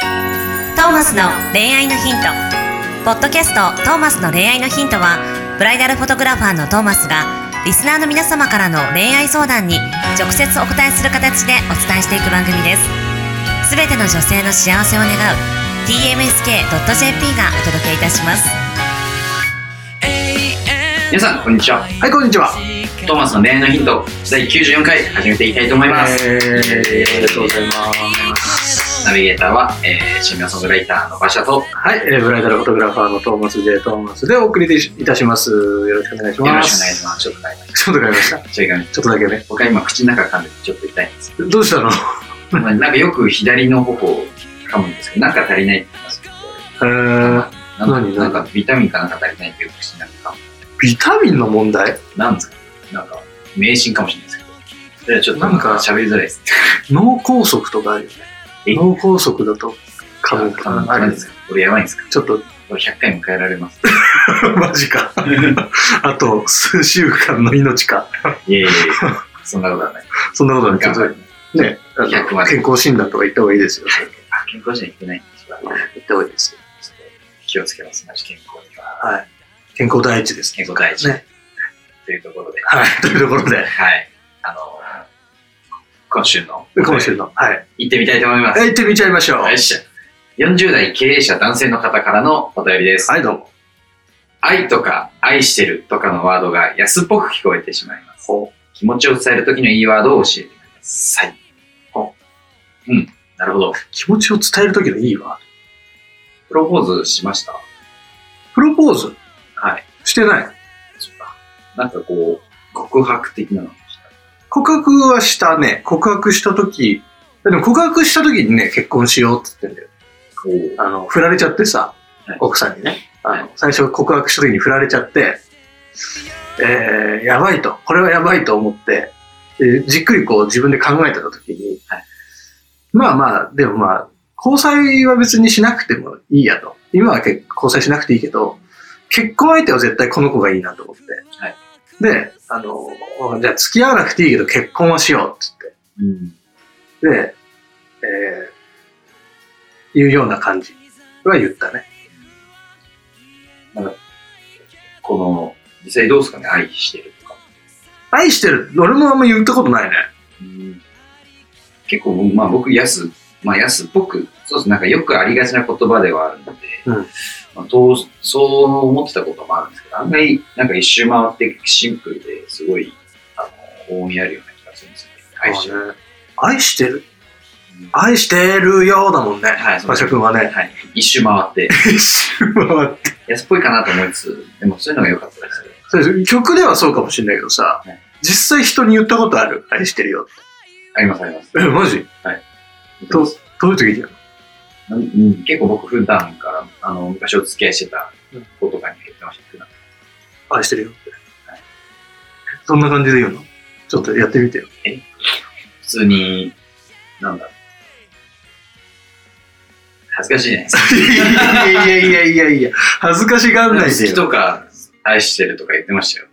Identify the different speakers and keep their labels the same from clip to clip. Speaker 1: トーマスの恋愛のヒント」ポッドキャスト「トーマスの恋愛のヒントは」ブライダルフォトグラファーのトーマスがリスナーの皆様からの恋愛相談に直接お答えする形でお伝えしていく番組ですすべての女性の幸せを願う tmsk.jp がお届けいたします
Speaker 2: 皆さんこんにちは
Speaker 3: はい、こんにちは。
Speaker 2: トーマスの恋愛のヒント第94回始めていきたいと思います、
Speaker 3: えー
Speaker 2: ありがとうございますナビゲーターは、えー、シンガーソングライターの馬車とよ
Speaker 3: はい、えーブライダルフォトグラファーのトーマス・ジェイ・トーマスでお送りいたします。よろしくお願いします。
Speaker 2: ろしくお願いしますちょっと変え
Speaker 3: す。ちょっと変えました。
Speaker 2: まちょっと変えま
Speaker 3: ちょっとだけね。
Speaker 2: 僕は今口の中噛んでてちょっと痛いんですけ
Speaker 3: どうしたの
Speaker 2: どまあなんかよく左の頬を噛むんですけどなんか足りないって言いますけど
Speaker 3: えー、
Speaker 2: なんか
Speaker 3: 何何
Speaker 2: なんかビタミンかなんか足りないってよく口の中噛む
Speaker 3: ビタミンの問題
Speaker 2: なんですかなんか迷信かもしれないですけどそれはちょっと
Speaker 3: なんか
Speaker 2: 喋りづらいです
Speaker 3: 脳梗塞とかあるよね。
Speaker 2: え
Speaker 3: 脳梗塞だと
Speaker 2: 噛
Speaker 3: 噛む
Speaker 2: む
Speaker 3: と
Speaker 2: 噛む噛
Speaker 3: かあ
Speaker 2: むん
Speaker 3: る
Speaker 2: ですかこれやばいんですか
Speaker 3: ちょっと、
Speaker 2: これ100回迎えられます
Speaker 3: マジか。あと、数週間の命か。
Speaker 2: いやいやいやそんなことはない
Speaker 3: そんなことはちょ
Speaker 2: 頑
Speaker 3: っ
Speaker 2: 張る
Speaker 3: と、ね、あの
Speaker 2: 100まで
Speaker 3: 健康診断とか行った方がいいですよ。
Speaker 2: あ健康じゃいけないんですが、ちょっ
Speaker 3: 行った方がいいですよ。
Speaker 2: と気をつけます、マジ健康には。
Speaker 3: はい。健康第一です
Speaker 2: 健
Speaker 3: ね。
Speaker 2: 康大事、
Speaker 3: ね
Speaker 2: というところで、
Speaker 3: はい。というところで、
Speaker 2: はい。あの、今週の、
Speaker 3: かもしれない。はい。
Speaker 2: 行ってみたいと思います。
Speaker 3: 行ってみちゃいましょう。
Speaker 2: よっしゃ。40代経営者男性の方からのお便りです。
Speaker 3: はい、どうも。
Speaker 2: 愛とか愛してるとかのワードが安っぽく聞こえてしまいます。気持ちを伝える時のいいワードを教えてください。
Speaker 3: ほ
Speaker 2: うん、なるほど。
Speaker 3: 気持ちを伝えるときのいいわ。
Speaker 2: プロポーズしました
Speaker 3: プロポーズ
Speaker 2: はい。
Speaker 3: してない。
Speaker 2: そっかなんかこう、告白的なのをした
Speaker 3: 告白はしたね。告白したとき、でも告白したときにね、結婚しようって言ってんだよ。
Speaker 2: こう
Speaker 3: あの、振られちゃってさ、
Speaker 2: はい
Speaker 3: 奥さんにね。あ
Speaker 2: は
Speaker 3: の、最初告白したときに振られちゃって、えー、やばいと。これはやばいと思って、でじっくりこう自分で考えてたときに、
Speaker 2: はい
Speaker 3: まあまあ、でもまあ、交際は別にしなくてもいいやと。今は結交際しなくていいけど、結婚相手は絶対この子がいいなと思って。
Speaker 2: はい
Speaker 3: で、あの、じゃあ付き合わなくていいけど結婚はしようってって。
Speaker 2: うん
Speaker 3: で、えー、いうような感じは言ったね。
Speaker 2: この、実際どうですかね、愛してるとか。
Speaker 3: 愛してる、俺もあんま言ったことないね。
Speaker 2: 結構、まあ僕、安、まあ安っぽく、そうですなんかよくありがちな言葉ではあるので、
Speaker 3: うん
Speaker 2: まあ、どうそう思ってたこともあるんですけど、案外、なんか一周回ってシンプルですごい、あの、大にあるような気がするんですよね。愛してる。
Speaker 3: る。愛してる
Speaker 2: うん
Speaker 3: 愛してるようだもんね。
Speaker 2: はいそう
Speaker 3: 馬車君は ね。
Speaker 2: はい。一周回って、安っぽいかなと思いつつ、でもそういうのが良かったですね。
Speaker 3: そうです曲ではそうかもしれないけどさ
Speaker 2: はい、
Speaker 3: 実際人に言ったことある愛してるよ。
Speaker 2: ありますあります。
Speaker 3: え、マジどうどういう時じゃん
Speaker 2: なんうん結構僕、普段から、あの、昔お付き合いしてた子とかに言ってました。普段
Speaker 3: 愛してるよって。そんな感じで言うのちょっとやってみてよ。
Speaker 2: 普通に、なんだろう。恥ずかしいじゃないですか。
Speaker 3: いやいやいやいやいや、恥ずかしがんないで
Speaker 2: 好き
Speaker 3: よ。
Speaker 2: とか、愛してるとか言ってましたよ。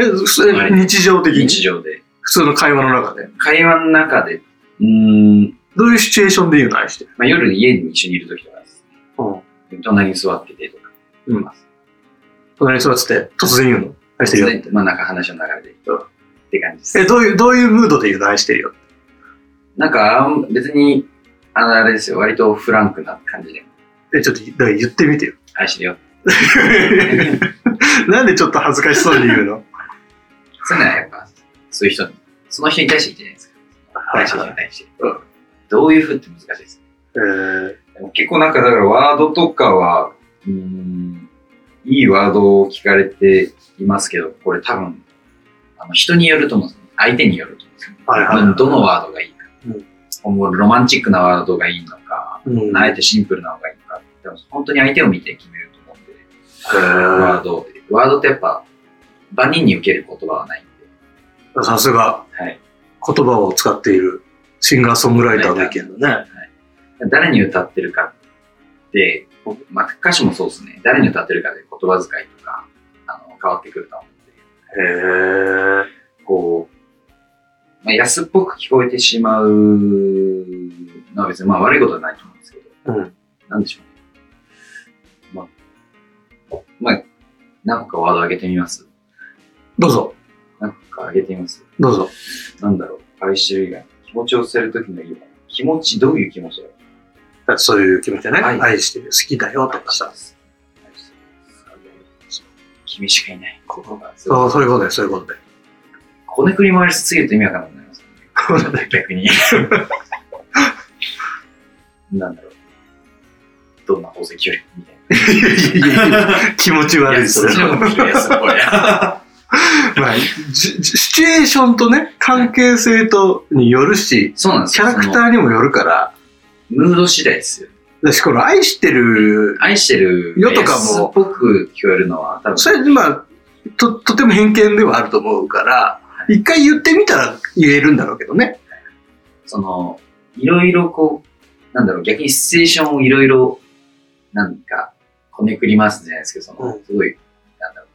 Speaker 3: え、そ
Speaker 2: は
Speaker 3: れ
Speaker 2: い
Speaker 3: 日常的に
Speaker 2: 日常で。
Speaker 3: 普通の会話の中で。
Speaker 2: 会話の中で、うーん、
Speaker 3: どういうシチュエーションで言うの愛してる。
Speaker 2: まあ、夜に家に一緒にいるときとかです、
Speaker 3: うん。
Speaker 2: 隣に座っててとか、
Speaker 3: うん隣に座ってて、突然言うの愛してるよ。
Speaker 2: でまあなんか話の流れで、
Speaker 3: うん
Speaker 2: って感じです
Speaker 3: え、。どういう、どういうムードで言うの愛してるよ。
Speaker 2: なんか、あん別に、あのあれですよ、割とフランクな感じで、
Speaker 3: え、ちょっと、だから言ってみ てよ。
Speaker 2: 愛してるよ。
Speaker 3: なんでちょっと恥ずかしそうに言うの
Speaker 2: そういうのはやっぱ、そういう人に、その人に対して言ってないですか。愛してるよ、愛してるよ
Speaker 3: うん
Speaker 2: どういうふうって難しいです。
Speaker 3: えー、
Speaker 2: でも結構なんかだからワードとかは、うーん、いいワードを聞かれていますけど、これ多分、あの人によると思うんですよね相手によると思うんですよね
Speaker 3: はいはいはい
Speaker 2: どのワードがいいか
Speaker 3: うん。
Speaker 2: 今後ロマンチックなワードがいいのか、
Speaker 3: うん
Speaker 2: あえてシンプルなのがいいのか。でも本当に相手を見て決めると思うんで、
Speaker 3: え
Speaker 2: ワー
Speaker 3: ー
Speaker 2: ドって。ワードってやっぱ、万人に受ける言葉はないんで。
Speaker 3: さすが、
Speaker 2: はい。
Speaker 3: 言葉を使っているシンガーソングライターの意見だね。
Speaker 2: 誰に歌ってるかって、僕まあ、歌詞もそうですね。誰に歌ってるかで言葉遣いとか、あの、変わってくると思うんで。
Speaker 3: へー
Speaker 2: こう、まあ、安っぽく聞こえてしまうのは別にまあ悪いことはないと思うんですけど、
Speaker 3: うん。
Speaker 2: なんでしょうね。まあ、何個かワード上げてみます。
Speaker 3: どうぞ、
Speaker 2: 何個か上げてみます。
Speaker 3: どうぞ。
Speaker 2: なんだろう、愛してる以外に気持ちを捨てるときの言い訳気持ち、どういう気持ちだろう
Speaker 3: だってそういう気持ちでね、
Speaker 2: はい
Speaker 3: 愛してる、好きだよとかさ。
Speaker 2: 愛してる君しかいない。心が強い
Speaker 3: そう、そういうことで、そういうことで。
Speaker 2: こねくり回りすぎると意味わかんなくなります、ね。逆に。なんだろう。どんな宝石よりみたいな。
Speaker 3: 気持ち
Speaker 2: い
Speaker 3: 悪いで
Speaker 2: や
Speaker 3: す
Speaker 2: そっ
Speaker 3: よ
Speaker 2: ち。の方が綺麗です これ。
Speaker 3: まあ、じじシチュエーションとね、関係性とによるし、
Speaker 2: そうなんです
Speaker 3: キ
Speaker 2: よ。
Speaker 3: ャラク
Speaker 2: そ
Speaker 3: タ
Speaker 2: の
Speaker 3: ーにもよるから、
Speaker 2: ムード次第ですよ。
Speaker 3: だし、この愛してる、
Speaker 2: 愛してる
Speaker 3: 世とかも
Speaker 2: 安っぽく聞こえるのは多分
Speaker 3: それ、まあ、と、とても偏見ではあると思うから、一回言ってみたら言えるんだろうけどね。
Speaker 2: そのいろいろこうなんだろう逆にシチュエーションをいろいろなんかこねくり回すじゃないですけどその、
Speaker 3: う
Speaker 2: すごいなんだろ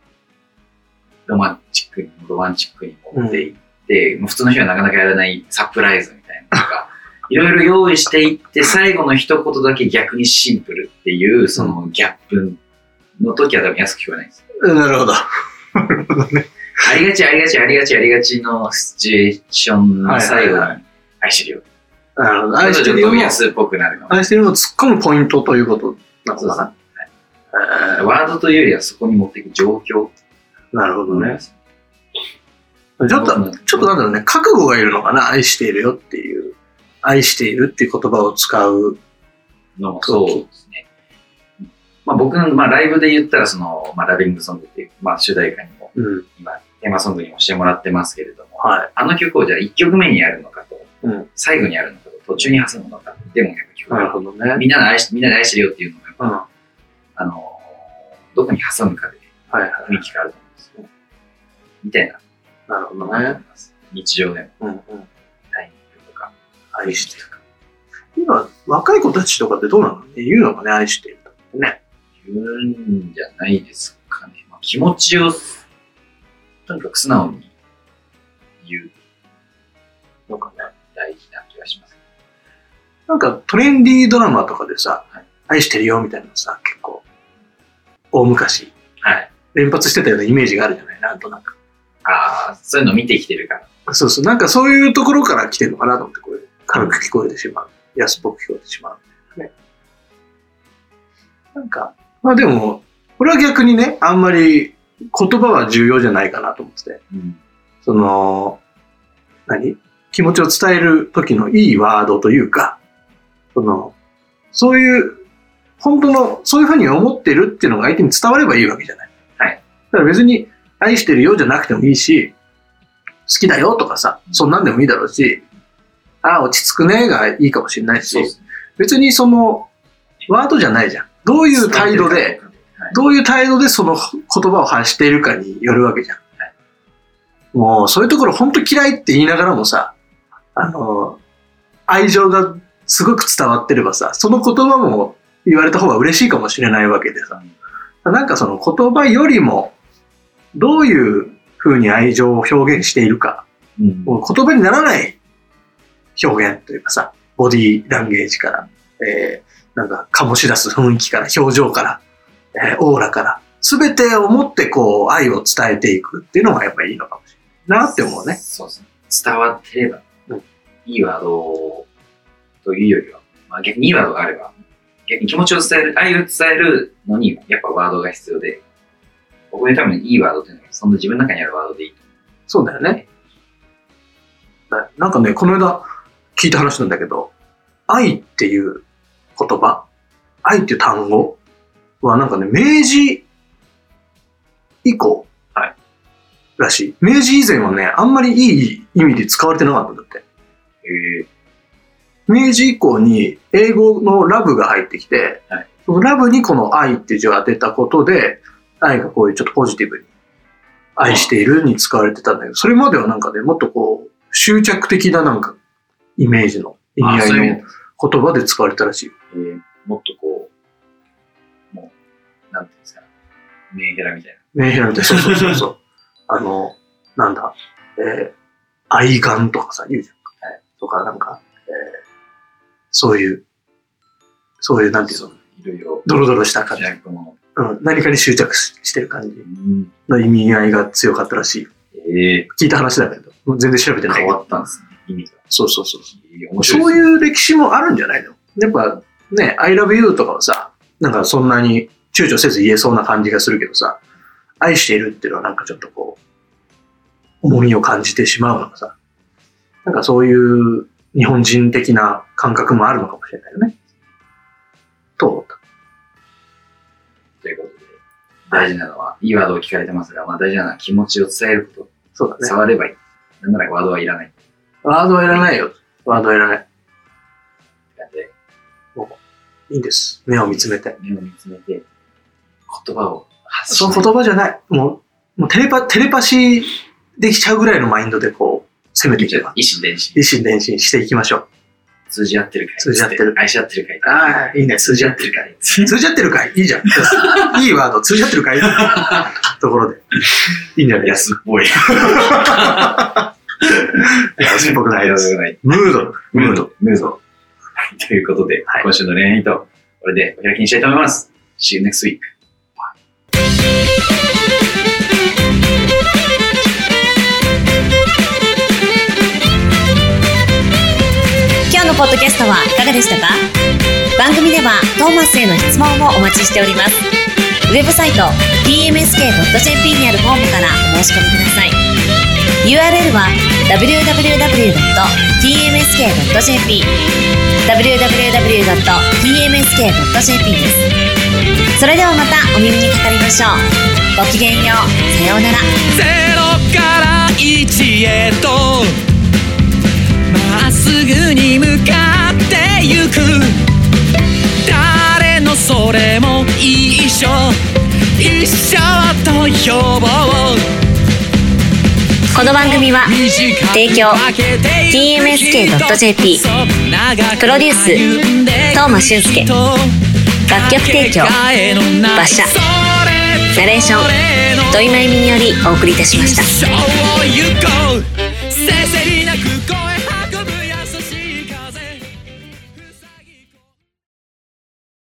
Speaker 2: うロマンチックにもロマンチックに持っていって、もう普通の人はなかなかやらないサプライズみたいなのとか いろいろ用意していって最後の一言だけ逆にシンプルっていうそのギャップの時は多分安く聞こえないんですよ
Speaker 3: なるほど。なるほどね。
Speaker 2: ありがちありがちありがちありがちのシチュエーションの最後に
Speaker 3: はいは
Speaker 2: 愛してるよ。
Speaker 3: なるほど。
Speaker 2: 愛
Speaker 3: 愛
Speaker 2: し
Speaker 3: してて
Speaker 2: る
Speaker 3: る
Speaker 2: よ。ちょっ
Speaker 3: よ
Speaker 2: と
Speaker 3: の、
Speaker 2: 安っぽくなるかも
Speaker 3: 愛してるのを突っ込むポイントということなの
Speaker 2: そう
Speaker 3: か
Speaker 2: そ
Speaker 3: な
Speaker 2: う。ワードというよりはそこに持っていく状況
Speaker 3: えーなるほどね。
Speaker 2: ち
Speaker 3: ちょっと、ちょっとなんだろうね、覚悟がいるのかな、愛しているよっていう、愛しているっていう言葉を使う。
Speaker 2: のもそうですね。まあ僕の、まあライブで言ったらその、まあラビングソングっていう、まあ主題歌にも、
Speaker 3: うん。
Speaker 2: 今、テーマソングにもしてもらってますけれども、
Speaker 3: はい。
Speaker 2: あの曲をじゃあ1曲目にやるのかと、
Speaker 3: うん
Speaker 2: 最後にやるのかと、途中に挟むのか、でもやっぱ聞こ
Speaker 3: な
Speaker 2: え
Speaker 3: る
Speaker 2: る
Speaker 3: ほどね。
Speaker 2: みんなの愛し、みんなで愛してるよっていうのが、
Speaker 3: うん。は
Speaker 2: あのー、どこに挟むかで
Speaker 3: いはい。
Speaker 2: 雰囲気があると思うんですよ。みたいな
Speaker 3: なるほ
Speaker 2: の
Speaker 3: ど
Speaker 2: があると
Speaker 3: ね
Speaker 2: 思い。ます。日常でも、
Speaker 3: うんうん。
Speaker 2: タイミングとか、
Speaker 3: 愛して
Speaker 2: るとか。
Speaker 3: る。今、若い子たちとかってどうなのね言うのかね、愛してるとかね。
Speaker 2: 言うんじゃないですかね。まあ、気持ちを、とにかく素直に言う
Speaker 3: のかね。
Speaker 2: 大事な気がします。
Speaker 3: なんか、トレンディードラマとかでさ
Speaker 2: はい、
Speaker 3: 愛してるよみたいなのさ、結構、大昔、
Speaker 2: はい。
Speaker 3: 連発してたようなイメージがあるじゃないなんとなく。
Speaker 2: ああ、そういうの見てきてるから。
Speaker 3: そうそう。なんかそういうところから来てるのかなと思って、これ、軽く聞こえてしまう。安っぽく聞こえてしまう。ね。なんか、まあでも、これは逆にね、あんまり言葉は重要じゃないかなと思ってて。
Speaker 2: うん。
Speaker 3: その、何気持ちを伝える時のいいワードというか、その、そういう、本当の、そういうふうに思ってるっていうのが相手に伝わればいいわけじゃない。
Speaker 2: はい。
Speaker 3: だから別に、愛してるよじゃなくてもいいし、好きだよとかさ、そんなんでもいいだろうし、ああ、落ち着くねがいいかもしれない
Speaker 2: そうで
Speaker 3: し、
Speaker 2: すね。
Speaker 3: 別にその、ワードじゃないじゃん。どういう態度で、
Speaker 2: はい。
Speaker 3: どういう態度でその言葉を発しているかによるわけじゃん。もう、そういうところ本当嫌いって言いながらもさ、あの、愛情がすごく伝わってればさ、その言葉も言われた方が嬉しいかもしれないわけでさ、なんかその言葉よりも、どういう風に愛情を表現しているか、
Speaker 2: うん。
Speaker 3: もう言葉にならない表現というかさ、ボディーランゲージから、えー、なんか醸し出す雰囲気から、表情から、えーオーラから、すべてをもってこう愛を伝えていくっていうのがやっぱりいいのかもしれないなって思うね。
Speaker 2: そうですね。伝わってれば
Speaker 3: うん、
Speaker 2: いいワードというよりは、まあ逆にいいワードがあれば、逆に気持ちを伝える、愛を伝えるのに、やっぱワードが必要で、ここで多分いいワードというのは、そんな自分の中にあるワードでいい。
Speaker 3: そうだよね。だなんかね、この間聞いた話なんだけど、愛っていう言葉、愛っていう単語はなんかね、明治以降
Speaker 2: はい
Speaker 3: らしい。明治以前はね、あんまりいい意味で使われてなかったんだって。
Speaker 2: へえ
Speaker 3: 明治以降に英語のラブが入ってきて、
Speaker 2: はい
Speaker 3: そのラブにこの愛っていう字を当てたことで、愛がこういうちょっとポジティブに、愛しているに使われてたんだけど、それまではなんかね、もっとこう、執着的ななんか、イメージの意
Speaker 2: あ
Speaker 3: 味合
Speaker 2: そうい
Speaker 3: いう
Speaker 2: 意
Speaker 3: の言葉で使われたらしいよ。
Speaker 2: えーもっとこう、もう、なんていうんですか、メンヘラみたい
Speaker 3: メンヘラみたいな。そうそうそ うそう。あの、なんだ、えー、愛眼とかさ、言うじゃん。
Speaker 2: は
Speaker 3: とか、なんか、えーそういう、そういう、なん
Speaker 2: な。
Speaker 3: ていうの、
Speaker 2: いろいろ、
Speaker 3: ドロドロした感
Speaker 2: 主
Speaker 3: じ。
Speaker 2: 役もの。
Speaker 3: うん、何かに執着ししてる感じ
Speaker 2: うん
Speaker 3: の意味合いが強かったらしいよ。
Speaker 2: ええ
Speaker 3: 聞いた話だけど、もう全然調べてない
Speaker 2: 変
Speaker 3: けど。
Speaker 2: わったんですね、意味が。
Speaker 3: そうそうそう。
Speaker 2: ええ面白い
Speaker 3: そういう歴史もあるんじゃないのやっぱね、I love you とかはさ、なんかそんなに躊躇せず言えそうな感じがするけどさ、愛しているっていうのはなんかちょっとこう、重みを感じてしまうのがさ、なんかそういう日本人的な感覚もあるのかもしれないよね。と思った。
Speaker 2: ということで、大事なのは、いいワードを聞かれてますが、まあ大事なのは気持ちを伝えるこ
Speaker 3: そう
Speaker 2: と。
Speaker 3: だね。
Speaker 2: 触ればいい。なんならワードはいらないって
Speaker 3: ワードはいらないよ。ワードはいらない。
Speaker 2: 感じで、
Speaker 3: いいんです。目を見つめて。
Speaker 2: 目を見つめて、言葉を発
Speaker 3: そ
Speaker 2: 信
Speaker 3: の言葉じゃない。もう、もうテレパ、テレパシーできちゃうぐらいのマインドでこう、攻めていけば。
Speaker 2: 一心伝心。
Speaker 3: 一心伝心していきましょう。
Speaker 2: 通じ合ってるかい
Speaker 3: 通じ合ってる
Speaker 2: 愛し合ってるかい
Speaker 3: ああ、いいね。
Speaker 2: 通
Speaker 3: 通
Speaker 2: じ
Speaker 3: じ
Speaker 2: 合
Speaker 3: 合
Speaker 2: っ
Speaker 3: ってて
Speaker 2: る
Speaker 3: る。
Speaker 2: かい通じ
Speaker 3: 通じ合ってるかいいいじゃん。 いいワード、通じ合ってるかいところで。いいんじゃないです
Speaker 2: 安っぽい。
Speaker 3: か。安っぽくないです。
Speaker 2: ない。
Speaker 3: ムード。ムード。。
Speaker 2: ムード。はいということで、
Speaker 3: はい
Speaker 2: 今週の恋愛と、これでお開きにしたいと思います。See you next week.
Speaker 1: 「今日のポッドキャストはいかがでしたか番組ではトーマスへの質問もお待ちしておりますウェブサイト tmsk.jp にあるフォームからお申し込みください URL は www.tmsk.jp www.tmsk.jp ですそれではまたお耳にかかりましょうごきげんようさようなら
Speaker 4: ゼロから一へとまっすぐに向かってゆく誰のそれも一緒一緒と呼ぼう
Speaker 1: この番組は提供 TMSK.jp プロデュー
Speaker 4: ス
Speaker 1: 東間俊介楽曲提供
Speaker 4: 馬車
Speaker 1: ナレーション土井真由美によりお送りいたしました
Speaker 4: 一生